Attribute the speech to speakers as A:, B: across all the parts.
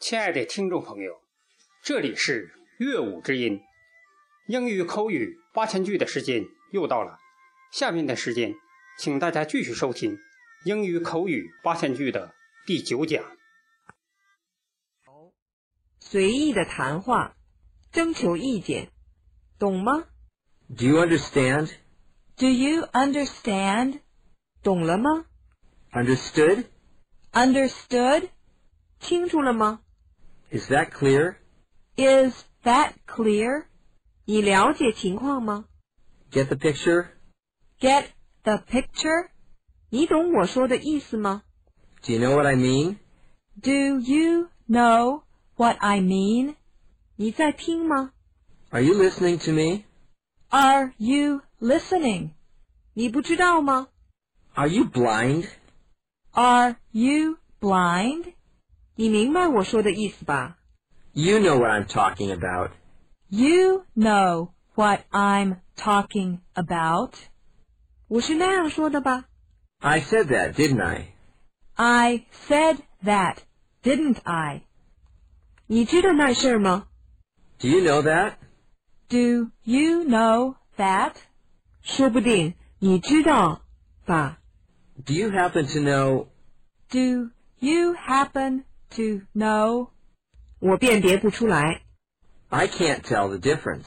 A: 亲爱的听众朋友，这里是乐舞之音英语口语八千句的时间又到了，下面的时间，请大家继续收听英语口语八千句的第九讲。
B: 随意的谈话，征求意见，懂吗
C: Do you understand?
B: ？Do you understand？懂了吗
C: Understood?
B: ？Understood？清楚了吗
C: Is that clear?
B: ？Is that clear？你了解情况吗
C: Get the picture?
B: ？Get the picture？你懂我说的意思吗
C: Do you know what I mean?
B: ？Do you know what I mean？你在听吗
C: Are you listening to me?
B: ？Are you listening？你不知道吗？
C: Are you blind?
B: Are you blind？你明白我说的意思吧
C: You know what I'm talking about.
B: ？You know what I'm talking about。我是那样说的吧
C: I said that, didn't I?
B: ？I said that, didn't I？你知道那事儿吗
C: Do you know that?
B: ？Do you know that？说不定你知道吧
C: Do you happen to know?
B: ？Do you happen to know？我辨别不出来。
C: I can't tell the difference.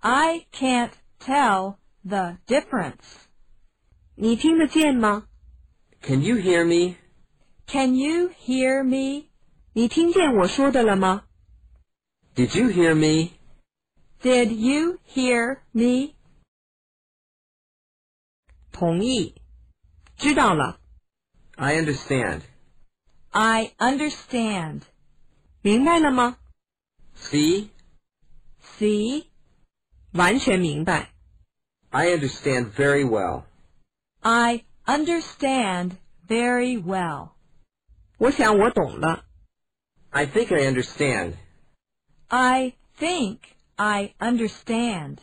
B: I can't tell the difference. 你听得见吗
C: Can you hear me?
B: ？Can you hear me? 你听见我说的了吗
C: Did you hear me?
B: ？Did you hear me? 同意，知道了。
C: I understand.
B: I understand. 明白了吗
C: See?
B: ？See，完全明白。
C: I understand very well.
B: I understand very well. 我想我懂了。
C: I think I understand.
B: I think I understand.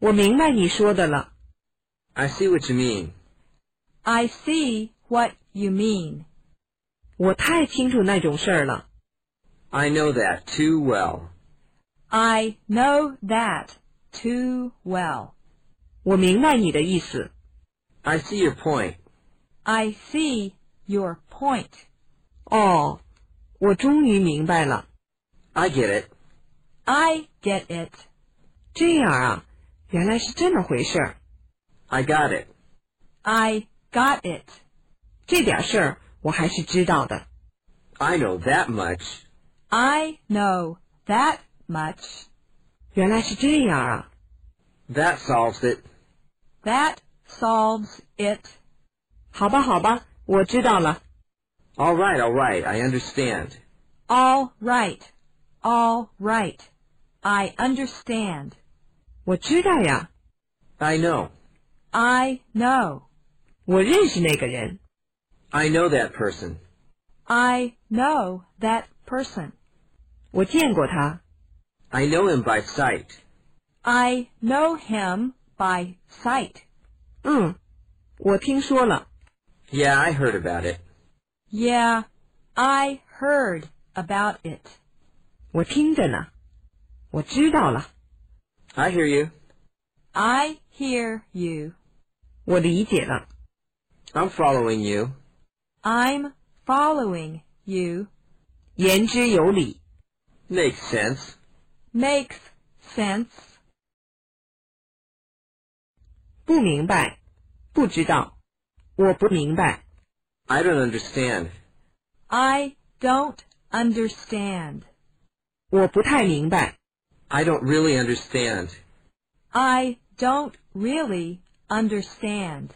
B: 我明白你说的了。
C: I see what you mean.
B: I see what you mean. 我太清楚那种事儿了。
C: I know that too well.
B: I know that too well. 我明白你的意思。
C: I see your point.
B: I see your point. 哦，我终于明白了。
C: I get it.
B: I get it. 这样啊，原来是这么回事儿。
C: I got it.
B: I got it. 这点事儿我还是知道的。
C: I know that much.
B: I know that much. 原来是这样啊。
C: That solves it.
B: That solves it. 好吧，好吧，我知道了。
C: All right, all right, I understand.
B: All right, all right. I understand. 我知道呀。
C: I know.
B: I know. 我认识那个人。
C: I know that person.
B: I know that person. 我见过他。
C: I know him by sight.
B: I know him by sight. 嗯，我听说了。
C: Yeah, I heard about it.
B: Yeah, I heard about it. 我听着呢，我知道了。
C: I hear you.
B: I hear you. 我理解了。
C: I'm following you.
B: I'm following you. 言之有理。
C: Makes sense.
B: Makes sense. 不明白，不知道，我不明白。
C: I don't understand.
B: I don't understand. 我不太明白。
C: I don't really understand.
B: I don't really understand.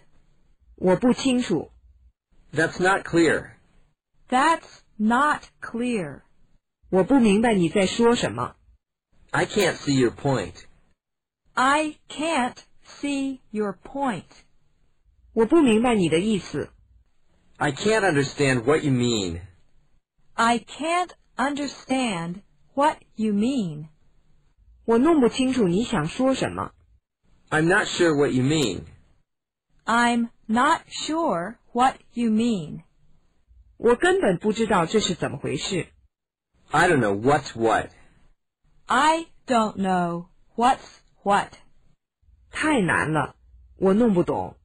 B: 我不清楚。
C: That's not clear.
B: That's not clear. 我不明白你在说什么。
C: I can't see your point.
B: I can't see your point. 我不明白你的意思。
C: I can't understand what you mean.
B: I can't understand what you mean. 我弄不清楚你想说什么。
C: I'm not sure what you mean.
B: I'm not sure what you mean. 我根本不知道这是怎么回事。
C: I don't know what's what.
B: I don't know what's what. 太难了，我弄不懂。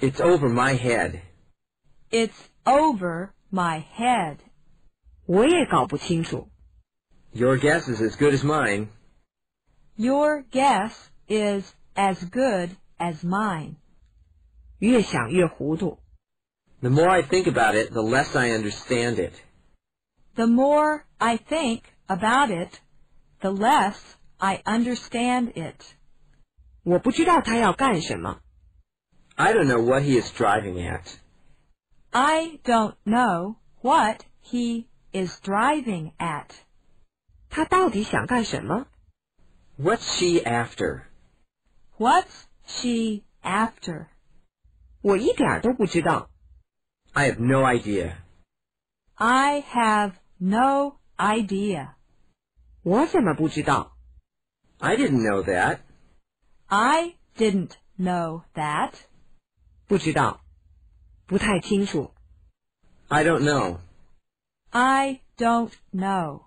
C: It's over my head.
B: It's over my head. 我也搞不清楚。
C: Your guess is as good as mine.
B: Your guess is as good as mine. 越想越糊涂。
C: The more I think about it, the less I understand it.
B: The more I think about it, the less I understand it. 我不知道他要干什么。
C: I don't know what he is driving at.
B: I don't know what he is driving at. 他到底想干什么
C: What's she after?
B: ？What's she after？我一点儿都不知道。
C: I have no idea.
B: I have no idea。我怎么不知道
C: I didn't know that.
B: ？I didn't know that。不知道，不太清楚。
C: I don't know.
B: I don't know。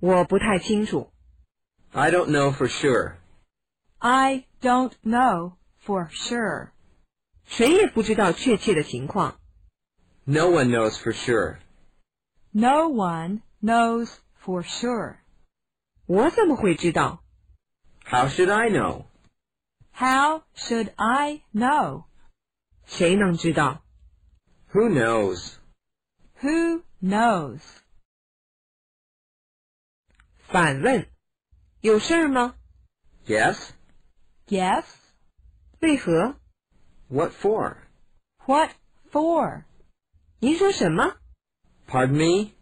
B: 我不太清楚。
C: I don't know for sure.
B: I don't know for sure。谁也不知道确切的情况。
C: No one knows for sure.
B: No one knows for sure。我怎么会知道
C: How should I know?
B: ？How should I know？谁能知道
C: Who knows?
B: ？Who knows？反问：有事儿吗
C: Yes?
B: ？Yes。为何
C: What for?
B: ？What for？您说什么
C: Pardon me?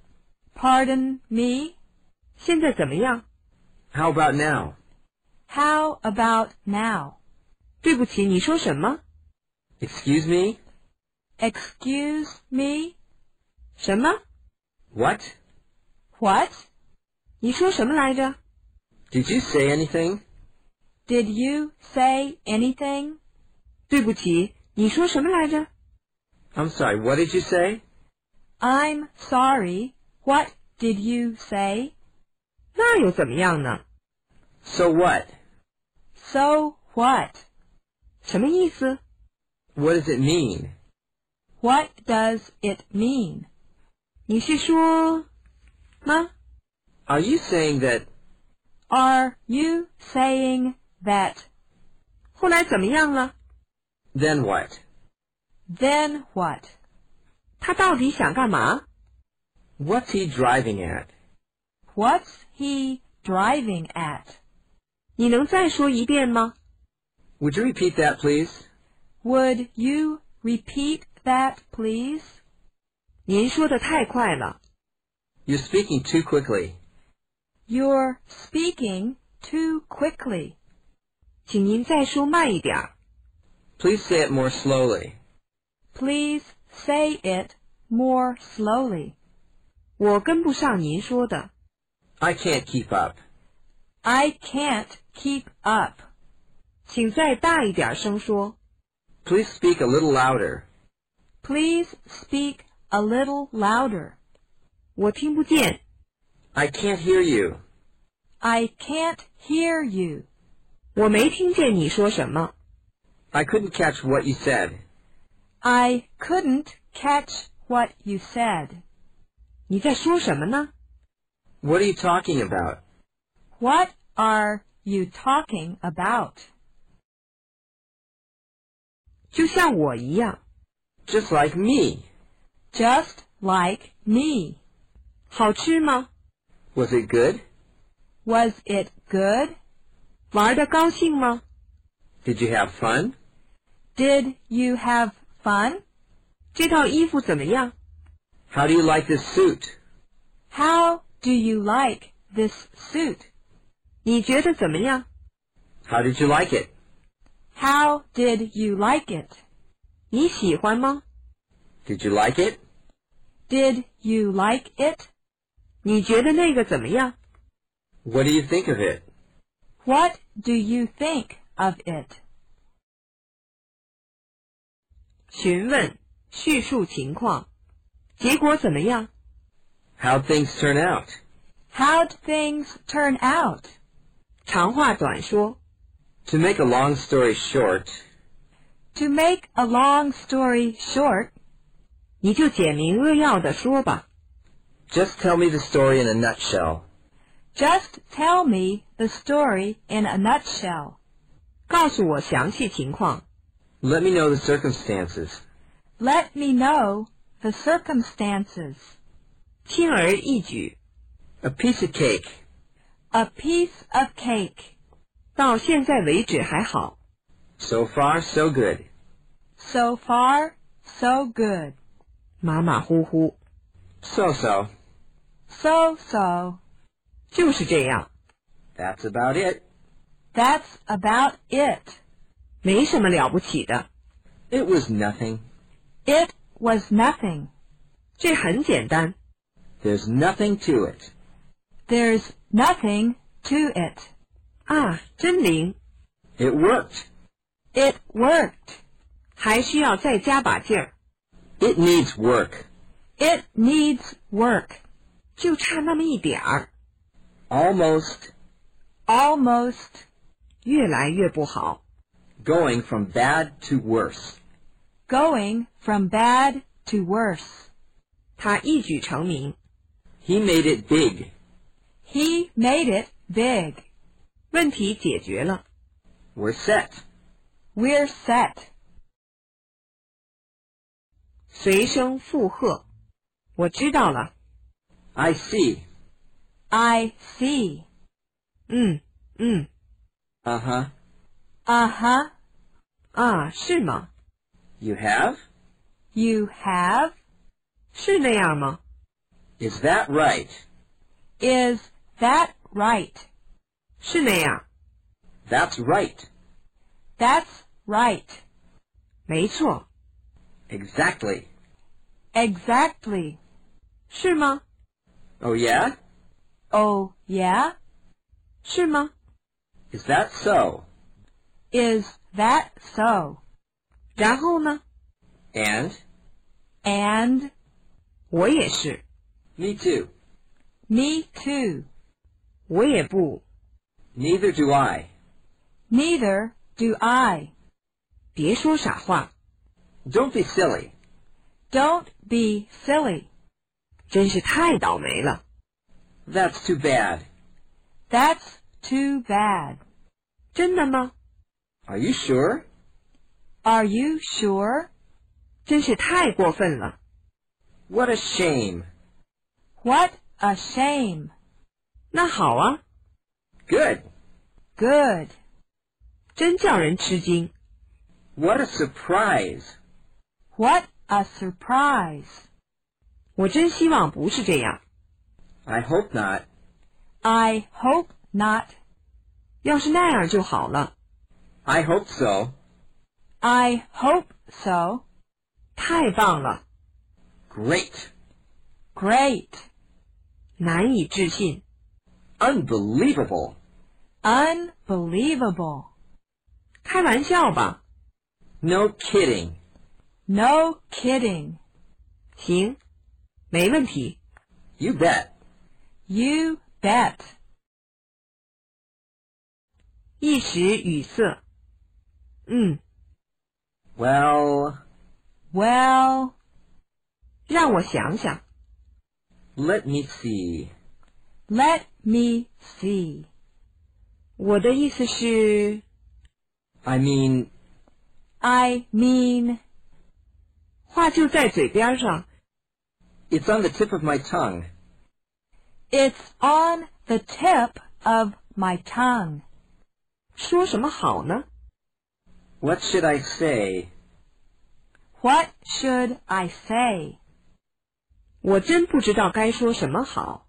B: ？Pardon me。现在怎么样
C: How about now?
B: ？How about now？对不起，你说什么？
C: Excuse me?
B: Excuse me？什么
C: What?
B: ？What？你说什么来着
C: Did you say anything?
B: ？Did you say anything？对不起，你说什么来着
C: I'm sorry, what did you say?
B: ？I'm sorry. What did you say？那又怎么样呢
C: So what?
B: ？So what？什么意思
C: What does it mean?
B: ？What does it mean？你是说吗
C: Are you saying that
B: ？Are you saying that？后来怎么样了？
C: then what?
B: Then what？他到底想干嘛
C: What's he driving at?
B: ？What's he driving at？你能再说一遍吗
C: Would you repeat that, please?
B: ？Would you repeat that, please？您说的太快了。
C: You're speaking too quickly.
B: You're speaking too quickly。请您再说慢一点儿。
C: Please say it more slowly.
B: Please say it more slowly。我跟不上您说的。
C: I can't keep up.
B: I can't keep up。请再大一点声说。
C: Please speak a little louder.
B: Please speak a little louder. 我听不见。
C: I can't hear you.
B: I can't hear you. 我没听见你说什么。
C: I couldn't catch what you said.
B: I couldn't catch what you said. 你在说什么呢
C: What are you talking about?
B: ？What are you talking about? 就像我一样。
C: Just like me.
B: Just like me. 好吃吗？
C: Was it good?
B: Was it good? 玩的高兴吗
C: Did you have fun?
B: ？Did you have fun? 这套衣服怎么样
C: How do you like this suit?
B: ？How do you like this suit? 你觉得怎么样
C: How did you like it?
B: ？How did you like it? 你喜欢吗
C: Did you like it?
B: ？Did you like it? 你觉得那个怎么样
C: What do you think of it?
B: ？What do you think of it? 询问，叙述情况，结果怎么样？
C: How'd things turn out?
B: How'd things turn out? 长话短说。
C: To make a long story short,
B: To make a long story short，你就简明扼要的说吧。
C: just tell me the story in a nutshell.
B: Just tell me the story in a nutshell。告诉我详细情况。
C: Let me know the circumstances.
B: Let me know the circumstances。轻而易举。
C: A piece of cake.
B: A piece of cake。到现在为止还好。
C: So far, so good.
B: So far, so good。马马虎虎。
C: So so.
B: So so。就是这样。
C: That's about it.
B: That's about it。没什么了不起的。
C: It was nothing.
B: It was nothing。这很简单。
C: There's nothing to it.
B: There's nothing to it。啊，真灵。
C: It worked.
B: It worked。还需要再加把劲儿。
C: It needs work.
B: It needs work。就差那么一点儿。
C: Almost
B: Almost。越来越不好。
C: going from bad to worse.
B: Going from bad to worse。他一举成名。
C: He made it big.
B: He made it big。问题解决了。
C: We're set.
B: We're set。随声附和，我知道了。
C: I see.
B: I see。嗯嗯，
C: Uh huh.
B: 啊哈，啊是吗
C: You have?
B: ？You have？是那样吗
C: Is that right?
B: ？Is that right？是那样。
C: That's right.
B: That's right。没错。
C: Exactly.
B: Exactly。是吗
C: Oh yeah?
B: ？Oh yeah。是吗？
C: Is that so?
B: Is that so？然后呢
C: And?
B: ？And 我也是。
C: Me too.
B: Me too。我也不。
C: Neither do I.
B: Neither do I。别说傻话。
C: Don't be silly.
B: Don't be silly。真是太倒霉了。
C: That's too bad.
B: That's too bad。真的吗
C: Are you sure?
B: ？Are you sure？真是太过分了。
C: What a shame.
B: What a shame！那好啊。
C: Good.
B: Good，真叫人吃惊。
C: What a surprise.
B: What a surprise！我真希望不是这样。
C: I hope not.
B: I hope not。要是那样就好了。
C: I hope so.
B: I hope so。太棒了
C: Great.
B: ！Great！难以置信
C: Unbelievable.
B: ，Unbelievable！开玩笑吧
C: No kidding.
B: ？No kidding！行，没问题。
C: You bet.
B: You bet。一时语塞。嗯
C: Well,
B: ，Well，让我想想。
C: let me see.
B: Let me see。我的意思是
C: I mean,
B: ，I mean，话就在嘴边上。
C: it's on the tip of my tongue.
B: It's on the tip of my tongue。说什么好呢
C: What should I say?
B: ？What should I say？我真不知道该说什么好。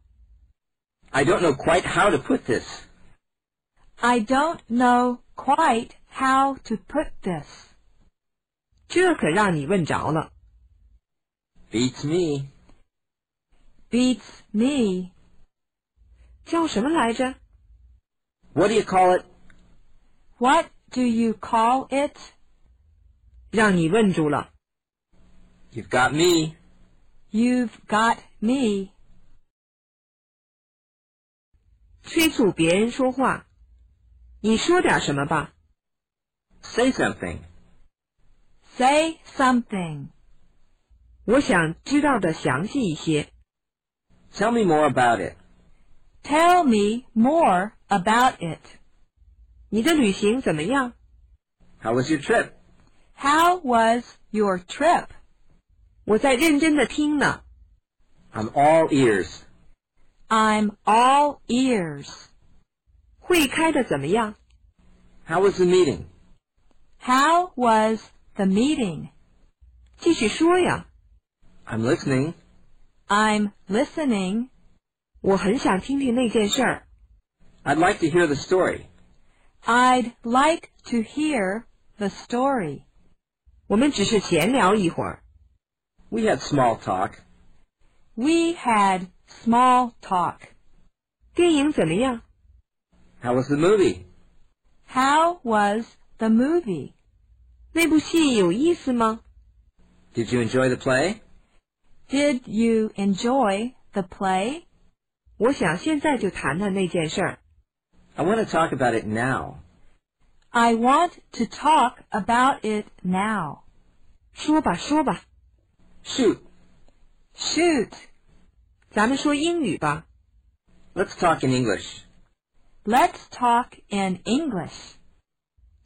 C: I don't know quite how to put this.
B: I don't know quite how to put this. 这可让你问着了。
C: Beats me.
B: Beats me. 叫什么来着
C: What do you call it?
B: ？What do you call it? 让你问住了。
C: You've got me.
B: You've got me. 催促别人说话。你说点什么吧。
C: Say something.
B: Say something. 我想知道的详细一些。
C: Tell me more about it.
B: Tell me more about it. 你的旅行怎么样
C: How was your trip?
B: ？How was your trip? 我在认真的听呢。
C: I'm all ears.
B: I'm all ears. 会开的怎么样
C: How was the meeting?
B: How was the meeting? 继续说呀。
C: I'm listening.
B: I'm listening. 我很想听听那件事儿。
C: I'd like to hear the story.
B: I'd like to hear the story. 我们只是闲聊一会儿。
C: We had small talk.
B: We had small talk. 电影怎么样
C: How was the movie?
B: How was the movie? 那部戏有意思吗
C: Did you enjoy the play?
B: Did you enjoy the play? 我想现在就谈谈那件事儿。
C: I want to talk about it now.
B: I want to talk about it now. 说吧，说吧。
C: Shoot.
B: Shoot. 咱们说英语吧。
C: Let's talk in English.
B: Let's talk in English.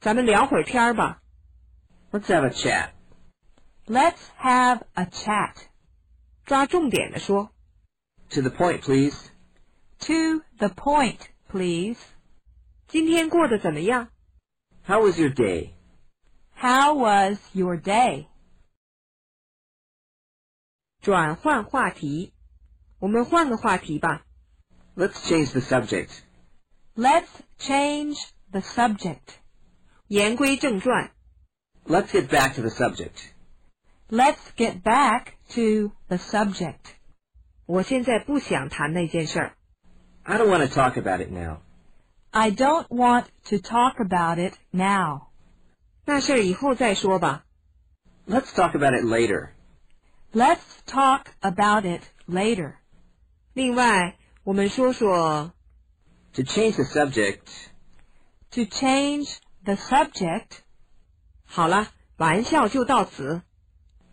B: 咱们聊会儿天儿吧。
C: Let's have a chat.
B: Let's have a chat. 抓重点的说。
C: To the point, please.
B: To the point, please. 今天过得怎么样
C: How was your day?
B: ？How was your day? 转换话题，我们换个话题吧。
C: Let's change the subject.
B: Let's change the subject. 言归正传
C: Let's get back to the subject.
B: ，Let's get back to the subject. 我现在不想谈那件事儿。
C: I don't want to talk about it now.
B: I don't want to talk about it now. 那事儿以后再说吧。
C: Let's talk about it later.
B: Let's talk about it later. 另外，我们说说
C: To change the subject,
B: to change the subject. 好了，玩笑就到此。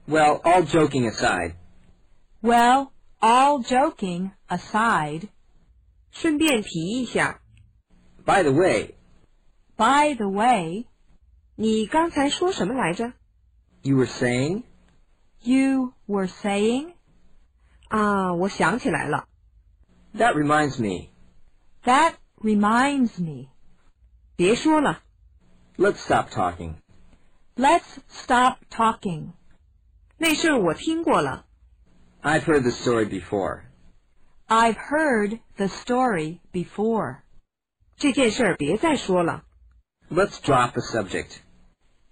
C: well, all joking aside,
B: Well, all joking aside. 顺便提一下
C: by the way,
B: ，By the way，你刚才说什么来着
C: you were saying
B: ？You were saying？啊，我想起来了。
C: that reminds me.
B: That reminds me. 别说了
C: Let's stop talking.
B: ，Let's stop talking. 那事儿我听过了。
C: I've heard this story before.
B: I've heard the story before. 这件事儿别再说了。
C: Let's drop the subject.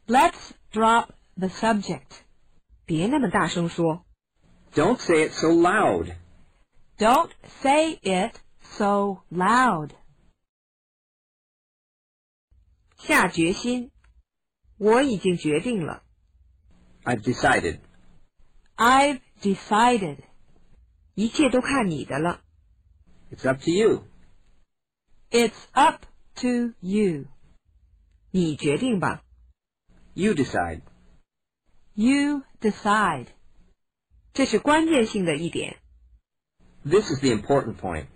B: Let's drop the subject. 别那么大声说。
C: Don't say it so loud.
B: Don't say it so loud. 下决心，我已经决定了。
C: I've decided.
B: I've decided. 一切都看你的了。
C: It's up to you.
B: It's up to you. 你决定吧。
C: You decide.
B: You decide. 这是关键性的一点。
C: This is the important point.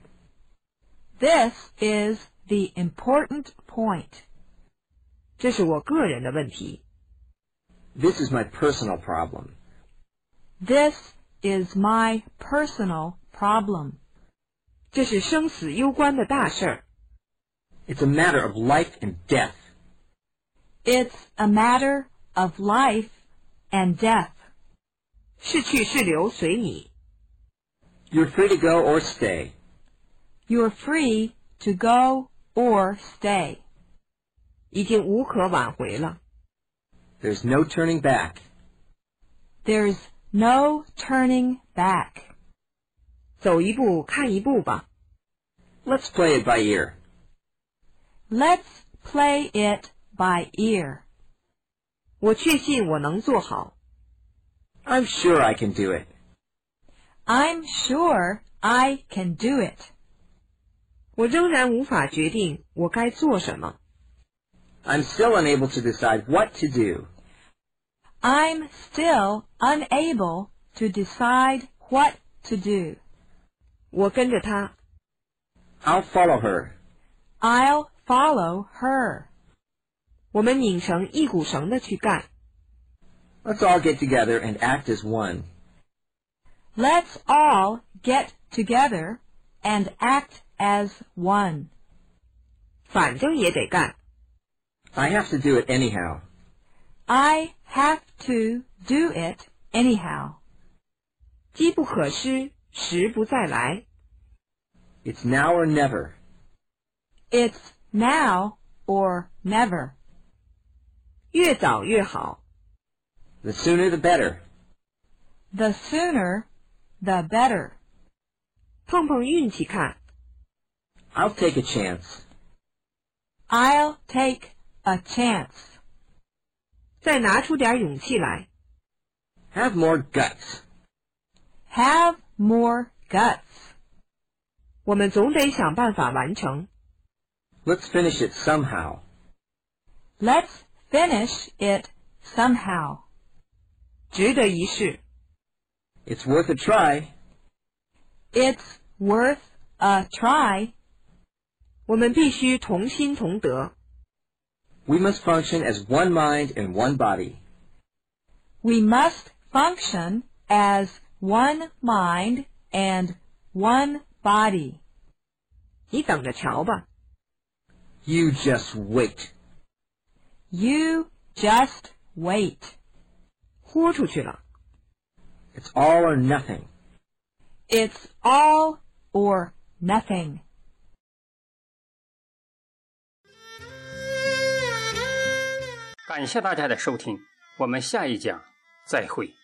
B: This is the important point. 这是我个人的问题。
C: This is my personal problem.
B: This is my personal problem. 这是生死攸关的大事儿。
C: It's a matter of life and death.
B: It's a matter of life and death. 是去是留随你。
C: You're free to go or stay.
B: You're free to go or stay. 已经无可挽回了。
C: There's no turning back.
B: There's no turning back. 走一步看一步吧。
C: Let's play it by ear.
B: Let's play it by ear. 我确信我能做好。
C: I'm sure I can do it.
B: I'm sure I can do it. 我仍然无法决定我该做什么。
C: I'm still unable to decide what to do.
B: I'm still unable to decide what to do. 我跟着他。
C: I'll follow her.
B: I'll follow her. 我们拧成一股绳的去干。
C: Let's all get together and act as one.
B: Let's all get together and act as one. 反正也得干。
C: I have to do it anyhow.
B: I have to do it anyhow. 机不可失，时不再来。
C: It's now or never.
B: It's now or never. 越早越好。
C: The sooner the better.
B: The sooner, the better. 碰碰运气看。
C: I'll take a chance.
B: I'll take a chance. 再拿出点勇气来。
C: Have more guts.
B: Have more guts. 我们总得想办法完成。
C: Let's finish it somehow.
B: Let's finish it somehow. 值得一试。
C: It's worth a try.
B: It's worth a try. 我们必须同心同德。
C: We must function as one mind and one body.
B: We must function as one mind and one body. 你等着瞧吧。
C: You just wait.
B: You just wait. 豁出去了。
C: It's all or nothing.
B: It's all or nothing.
A: Thank you.
D: 嗯。
A: 感谢大家的收听，我们下一讲再会。